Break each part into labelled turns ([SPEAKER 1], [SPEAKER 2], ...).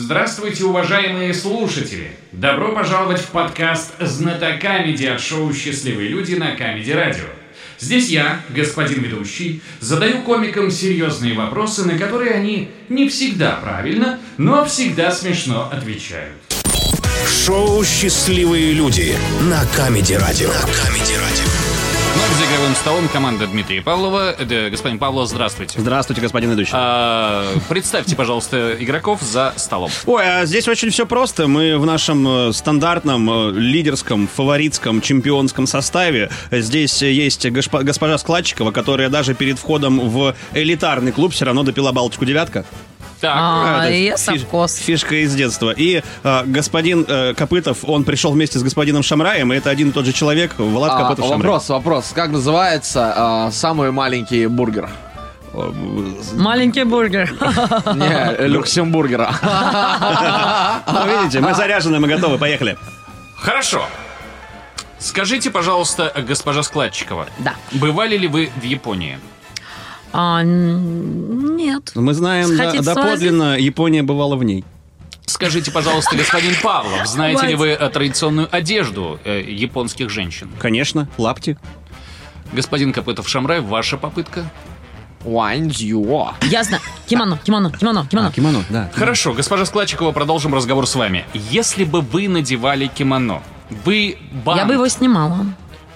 [SPEAKER 1] Здравствуйте, уважаемые слушатели! Добро пожаловать в подкаст «Знатокамеди» от шоу «Счастливые люди» на Камеди Радио. Здесь я, господин ведущий, задаю комикам серьезные вопросы, на которые они не всегда правильно, но всегда смешно отвечают.
[SPEAKER 2] Шоу «Счастливые люди» на Камеди Радио. На Камеди Радио.
[SPEAKER 3] За игровым столом команда Дмитрия Павлова. Э, да, господин Павлов, здравствуйте.
[SPEAKER 4] Здравствуйте, господин ведущий.
[SPEAKER 3] А, представьте, пожалуйста, игроков за столом.
[SPEAKER 4] Ой, а здесь очень все просто. Мы в нашем э, стандартном э, лидерском, фаворитском, чемпионском составе. Здесь э, есть гошпо- госпожа Складчикова, которая даже перед входом в элитарный клуб все равно допила Балтику девятка.
[SPEAKER 3] Так,
[SPEAKER 4] А,
[SPEAKER 5] А,
[SPEAKER 4] это
[SPEAKER 5] и я
[SPEAKER 4] фиш-
[SPEAKER 5] совкос.
[SPEAKER 4] Фишка из детства. И э, господин э, Копытов, он пришел вместе с господином Шамраем, и это один и тот же человек, Влад
[SPEAKER 6] А,
[SPEAKER 4] Копытов Шамрай.
[SPEAKER 6] вопрос, вопрос. Как называется а, самый маленький бургер?
[SPEAKER 5] Маленький бургер.
[SPEAKER 6] Не, э, люксембургера.
[SPEAKER 4] Ну, видите, мы заряжены, мы готовы, поехали.
[SPEAKER 3] хорошо. Скажите, пожалуйста, госпожа Складчикова.
[SPEAKER 5] Да.
[SPEAKER 3] Бывали ли вы в Японии?
[SPEAKER 5] А, н- нет.
[SPEAKER 4] Мы знаем
[SPEAKER 5] Хотите
[SPEAKER 4] да,
[SPEAKER 5] свозить?
[SPEAKER 4] доподлинно, Япония бывала в ней.
[SPEAKER 3] Скажите, пожалуйста, господин Павлов, знаете ли вы э, традиционную одежду э, японских женщин?
[SPEAKER 4] Конечно, лапти.
[SPEAKER 3] Господин Копытов Шамрай, ваша попытка?
[SPEAKER 6] Уайнзюо.
[SPEAKER 5] Я знаю. Кимоно, кимоно, кимоно, кимоно.
[SPEAKER 4] Кимоно, да.
[SPEAKER 3] Хорошо, госпожа Складчикова, продолжим разговор с вами. Если бы вы надевали кимоно, вы
[SPEAKER 4] А,
[SPEAKER 3] бант
[SPEAKER 5] Я бы его снимала.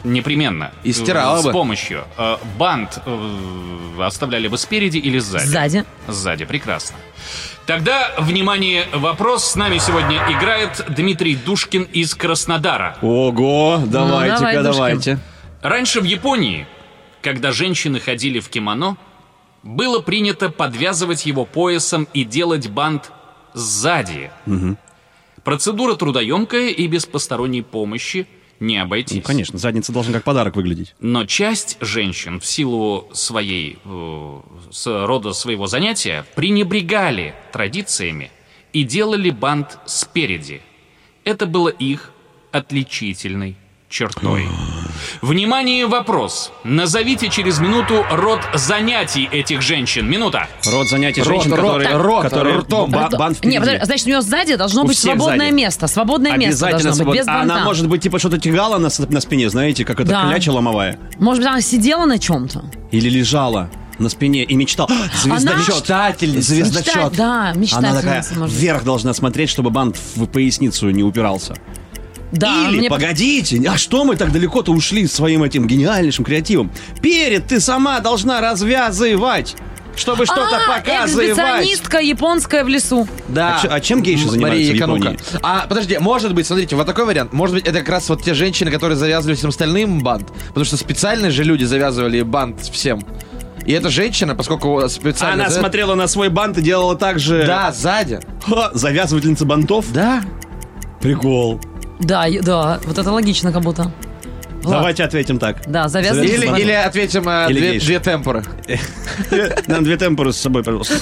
[SPEAKER 3] непременно
[SPEAKER 6] И стирала
[SPEAKER 3] Э, с
[SPEAKER 6] бы.
[SPEAKER 3] помощью э, бант э, оставляли бы спереди или
[SPEAKER 4] Э,
[SPEAKER 3] сзади?
[SPEAKER 5] Сзади.
[SPEAKER 3] Сзади, прекрасно. Тогда внимание, вопрос с нами сегодня играет Дмитрий Душкин из Краснодара.
[SPEAKER 4] Ого,
[SPEAKER 5] давай,
[SPEAKER 4] давайте-ка,
[SPEAKER 5] Душка.
[SPEAKER 4] давайте.
[SPEAKER 3] Раньше в Японии, когда женщины ходили в кимоно, было принято подвязывать его поясом и делать бант сзади. Процедура трудоемкая и без посторонней помощи не обойтись.
[SPEAKER 4] Ну, конечно, задница должна как подарок выглядеть.
[SPEAKER 3] Но часть женщин в силу своей, э, с- рода своего занятия пренебрегали традициями и делали бант спереди. Это было их отличительной чертой. Внимание, вопрос. Назовите через минуту род занятий этих женщин. Минута.
[SPEAKER 4] Род занятий
[SPEAKER 6] Рот,
[SPEAKER 4] женщин,
[SPEAKER 6] рот,
[SPEAKER 4] которые,
[SPEAKER 6] рот,
[SPEAKER 4] которые
[SPEAKER 6] ртом.
[SPEAKER 4] ба-
[SPEAKER 5] Рто-
[SPEAKER 4] бан
[SPEAKER 5] Не,
[SPEAKER 4] впереди.
[SPEAKER 5] подожди, значит, у него сзади должно
[SPEAKER 4] У
[SPEAKER 5] быть
[SPEAKER 4] всех
[SPEAKER 5] свободное
[SPEAKER 4] сзади.
[SPEAKER 5] место. Свободное место
[SPEAKER 4] Обязательно
[SPEAKER 5] должно быть, без
[SPEAKER 4] свободно. А
[SPEAKER 5] банта.
[SPEAKER 4] Она может быть типа что-то тягала на, с- на спине, знаете, как это
[SPEAKER 5] Да.
[SPEAKER 4] кляча ломовая.
[SPEAKER 5] Может быть, она сидела на чем-то?
[SPEAKER 4] Или лежала на спине и мечтала. «А, Звездочет.
[SPEAKER 6] Мечтатель,
[SPEAKER 4] Звездочет.
[SPEAKER 5] Мечтать, да,
[SPEAKER 4] Она
[SPEAKER 5] мечтательница,
[SPEAKER 4] такая
[SPEAKER 5] может быть.
[SPEAKER 4] вверх должна смотреть, чтобы бант в поясницу не упирался.
[SPEAKER 5] Да,
[SPEAKER 4] Или,
[SPEAKER 5] мне-
[SPEAKER 4] погодите, а что мы так далеко-то ушли своим этим гениальнейшим креативом? Перед ты сама должна развязывать, чтобы что-то
[SPEAKER 5] А,
[SPEAKER 4] показывать.
[SPEAKER 5] эксгибиционистка японская в лесу.
[SPEAKER 6] Да.
[SPEAKER 4] А чё- а чем гейши занимаются в
[SPEAKER 6] Яконука.
[SPEAKER 4] Японии?
[SPEAKER 6] А, подожди, может быть, смотрите, вот такой вариант. Может быть, это как раз вот те женщины, которые завязывали всем остальным бант. Потому что специально же люди завязывали бант всем. И эта женщина, поскольку специально...
[SPEAKER 4] Она
[SPEAKER 6] за-
[SPEAKER 4] смотрела на свой бант и делала так же.
[SPEAKER 6] Да, сзади.
[SPEAKER 4] Ха, завязывательница бантов.
[SPEAKER 6] Да.
[SPEAKER 4] Прикол.
[SPEAKER 5] Да, и- да, вот это логично как будто. Влад.
[SPEAKER 4] Давайте ответим так.
[SPEAKER 5] Да, завязывать.
[SPEAKER 4] Завязывательница
[SPEAKER 6] Или,
[SPEAKER 4] бантов.
[SPEAKER 6] или ответим э,
[SPEAKER 4] Или
[SPEAKER 6] две,
[SPEAKER 4] гейши.
[SPEAKER 6] две темпоры.
[SPEAKER 4] Нам Э, две темпоры с собой, пожалуйста.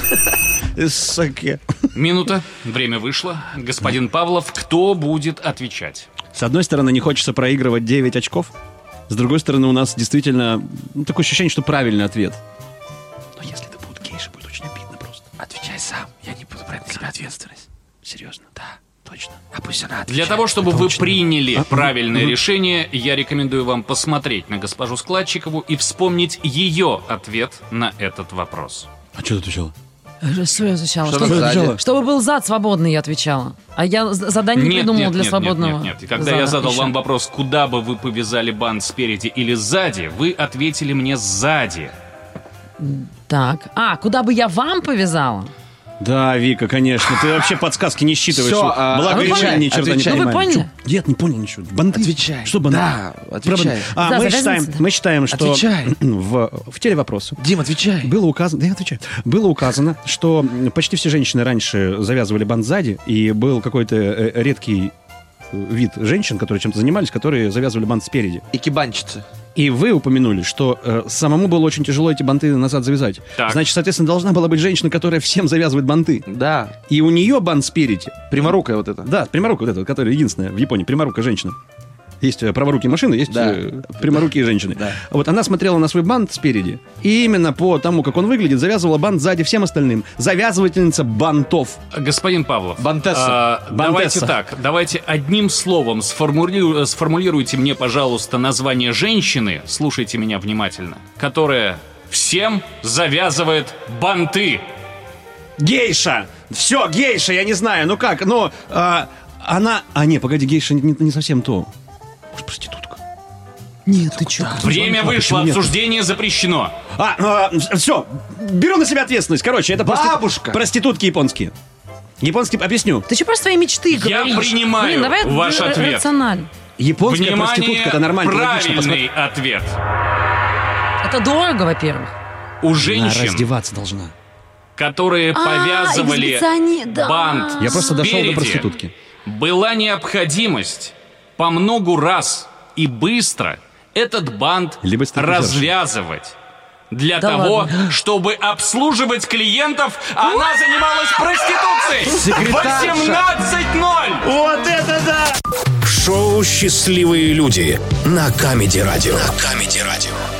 [SPEAKER 4] Из саке.
[SPEAKER 3] Минута. Время вышло. Господин Павлов, кто будет отвечать?
[SPEAKER 4] С одной стороны, не хочется проигрывать 9 очков. С другой стороны, у нас действительно ну, такое ощущение, что правильный ответ. Но если это будут гейши, будет очень обидно просто.
[SPEAKER 6] Отвечай сам. Я не буду брать на себя ответственность.
[SPEAKER 4] Серьезно?
[SPEAKER 6] Да.
[SPEAKER 4] Точно.
[SPEAKER 6] А пусть она
[SPEAKER 3] Для того, чтобы вы приняли правильное решение, я рекомендую вам посмотреть на госпожу Складчикову и вспомнить ее ответ на этот вопрос.
[SPEAKER 4] А что ты отвечала?
[SPEAKER 5] Что Э, я изучала?
[SPEAKER 6] Что
[SPEAKER 5] Что-
[SPEAKER 6] она сзади?
[SPEAKER 4] отвечала?
[SPEAKER 5] Чтобы был зад свободный, я отвечала. А я з- задание не придумала для свободного.
[SPEAKER 3] Нет, нет, нет. И Когда
[SPEAKER 5] зада
[SPEAKER 3] я задал
[SPEAKER 5] еще.
[SPEAKER 3] вам вопрос, куда бы вы повязали бант спереди или сзади, вы ответили мне сзади.
[SPEAKER 5] Так. А, куда бы я вам повязала?
[SPEAKER 4] Да, Вика, конечно. Ты вообще подсказки не считываешь.
[SPEAKER 6] Всё, а,
[SPEAKER 4] Благо,
[SPEAKER 5] а вы
[SPEAKER 4] я
[SPEAKER 5] поняли?
[SPEAKER 4] ни черта не
[SPEAKER 6] Отвечай.
[SPEAKER 5] Ну, вы
[SPEAKER 4] понимаю.
[SPEAKER 5] поняли?
[SPEAKER 4] Чё? Нет, не понял ничего. Банды.
[SPEAKER 6] Отвечай.
[SPEAKER 4] Что банды?
[SPEAKER 6] Да,
[SPEAKER 4] Про банды.
[SPEAKER 6] отвечай.
[SPEAKER 4] А,
[SPEAKER 5] Да,
[SPEAKER 4] мы,
[SPEAKER 5] завязывайся,
[SPEAKER 4] считаем,
[SPEAKER 5] да.
[SPEAKER 4] мы считаем, что
[SPEAKER 6] Отвечай.
[SPEAKER 4] в, в телевопросу
[SPEAKER 6] Дим, отвечай.
[SPEAKER 4] Было указано, да я отвечаю, было указано, что почти все женщины раньше завязывали бант сзади, и был какой-то э, редкий э, вид женщин, которые чем-то занимались, которые завязывали бант спереди.
[SPEAKER 6] И кибанчицы.
[SPEAKER 4] И вы упомянули, что э, самому было очень тяжело эти банты назад завязать.
[SPEAKER 3] Так.
[SPEAKER 4] Значит, соответственно, должна была быть женщина, которая всем завязывает банты.
[SPEAKER 6] Да.
[SPEAKER 4] И у нее бант спереди.
[SPEAKER 6] Пряморукая вот это.
[SPEAKER 4] Да, пряморукая вот эта, которая единственная в Японии, пряморукая женщина. Есть э, праворукие машины, есть
[SPEAKER 6] Да.
[SPEAKER 4] э, пряморукие женщины. Вот она смотрела на свой бант спереди. И именно по тому, как он выглядит, завязывала бант сзади всем остальным. Завязывательница бантов.
[SPEAKER 3] Господин Павлов.
[SPEAKER 6] Бантесса.
[SPEAKER 3] а, давайте
[SPEAKER 4] Бантесса.
[SPEAKER 3] так. Давайте одним словом сформули- сформулируйте мне, пожалуйста, название женщины, слушайте меня внимательно, которая всем завязывает банты.
[SPEAKER 4] Гейша! Все, гейша, я не знаю, ну как, но а, она... А, не, погоди, гейша не, не совсем то. Может, проститутка?
[SPEAKER 5] Нет, ты чё?
[SPEAKER 3] Время вышло, обсуждение запрещено.
[SPEAKER 4] А, все, беру на себя ответственность. Короче, это прости-
[SPEAKER 6] Бабушка!
[SPEAKER 4] проститутки японские. Японские, объясню.
[SPEAKER 5] Ты что про свои мечты говоришь?
[SPEAKER 3] принимаю
[SPEAKER 5] Блин, давай
[SPEAKER 3] ваш
[SPEAKER 5] р- р-
[SPEAKER 3] ответ.
[SPEAKER 5] рационально.
[SPEAKER 4] Японская
[SPEAKER 3] Внимание,
[SPEAKER 4] проститутка, это нормально, логично. посмотри.
[SPEAKER 3] правильный ответ.
[SPEAKER 5] Это дорого, во-первых.
[SPEAKER 3] У
[SPEAKER 4] Она
[SPEAKER 3] женщин,
[SPEAKER 4] раздеваться должна.
[SPEAKER 3] которые
[SPEAKER 5] А,
[SPEAKER 3] повязывали
[SPEAKER 5] экзибициони- да.
[SPEAKER 3] бант
[SPEAKER 4] Я просто дошел
[SPEAKER 3] спереди,
[SPEAKER 4] до проститутки.
[SPEAKER 3] была необходимость по многу раз и быстро этот бант
[SPEAKER 4] Либо стриптизерша.
[SPEAKER 3] развязывать. Для
[SPEAKER 5] Да
[SPEAKER 3] того,
[SPEAKER 5] ладно?
[SPEAKER 3] чтобы обслуживать клиентов, а она занималась проституцией.
[SPEAKER 6] Секретарша.
[SPEAKER 3] 18.0!
[SPEAKER 4] Вот это да!
[SPEAKER 2] Шоу «Счастливые люди» на Камеди Радио. На Камеди Радио.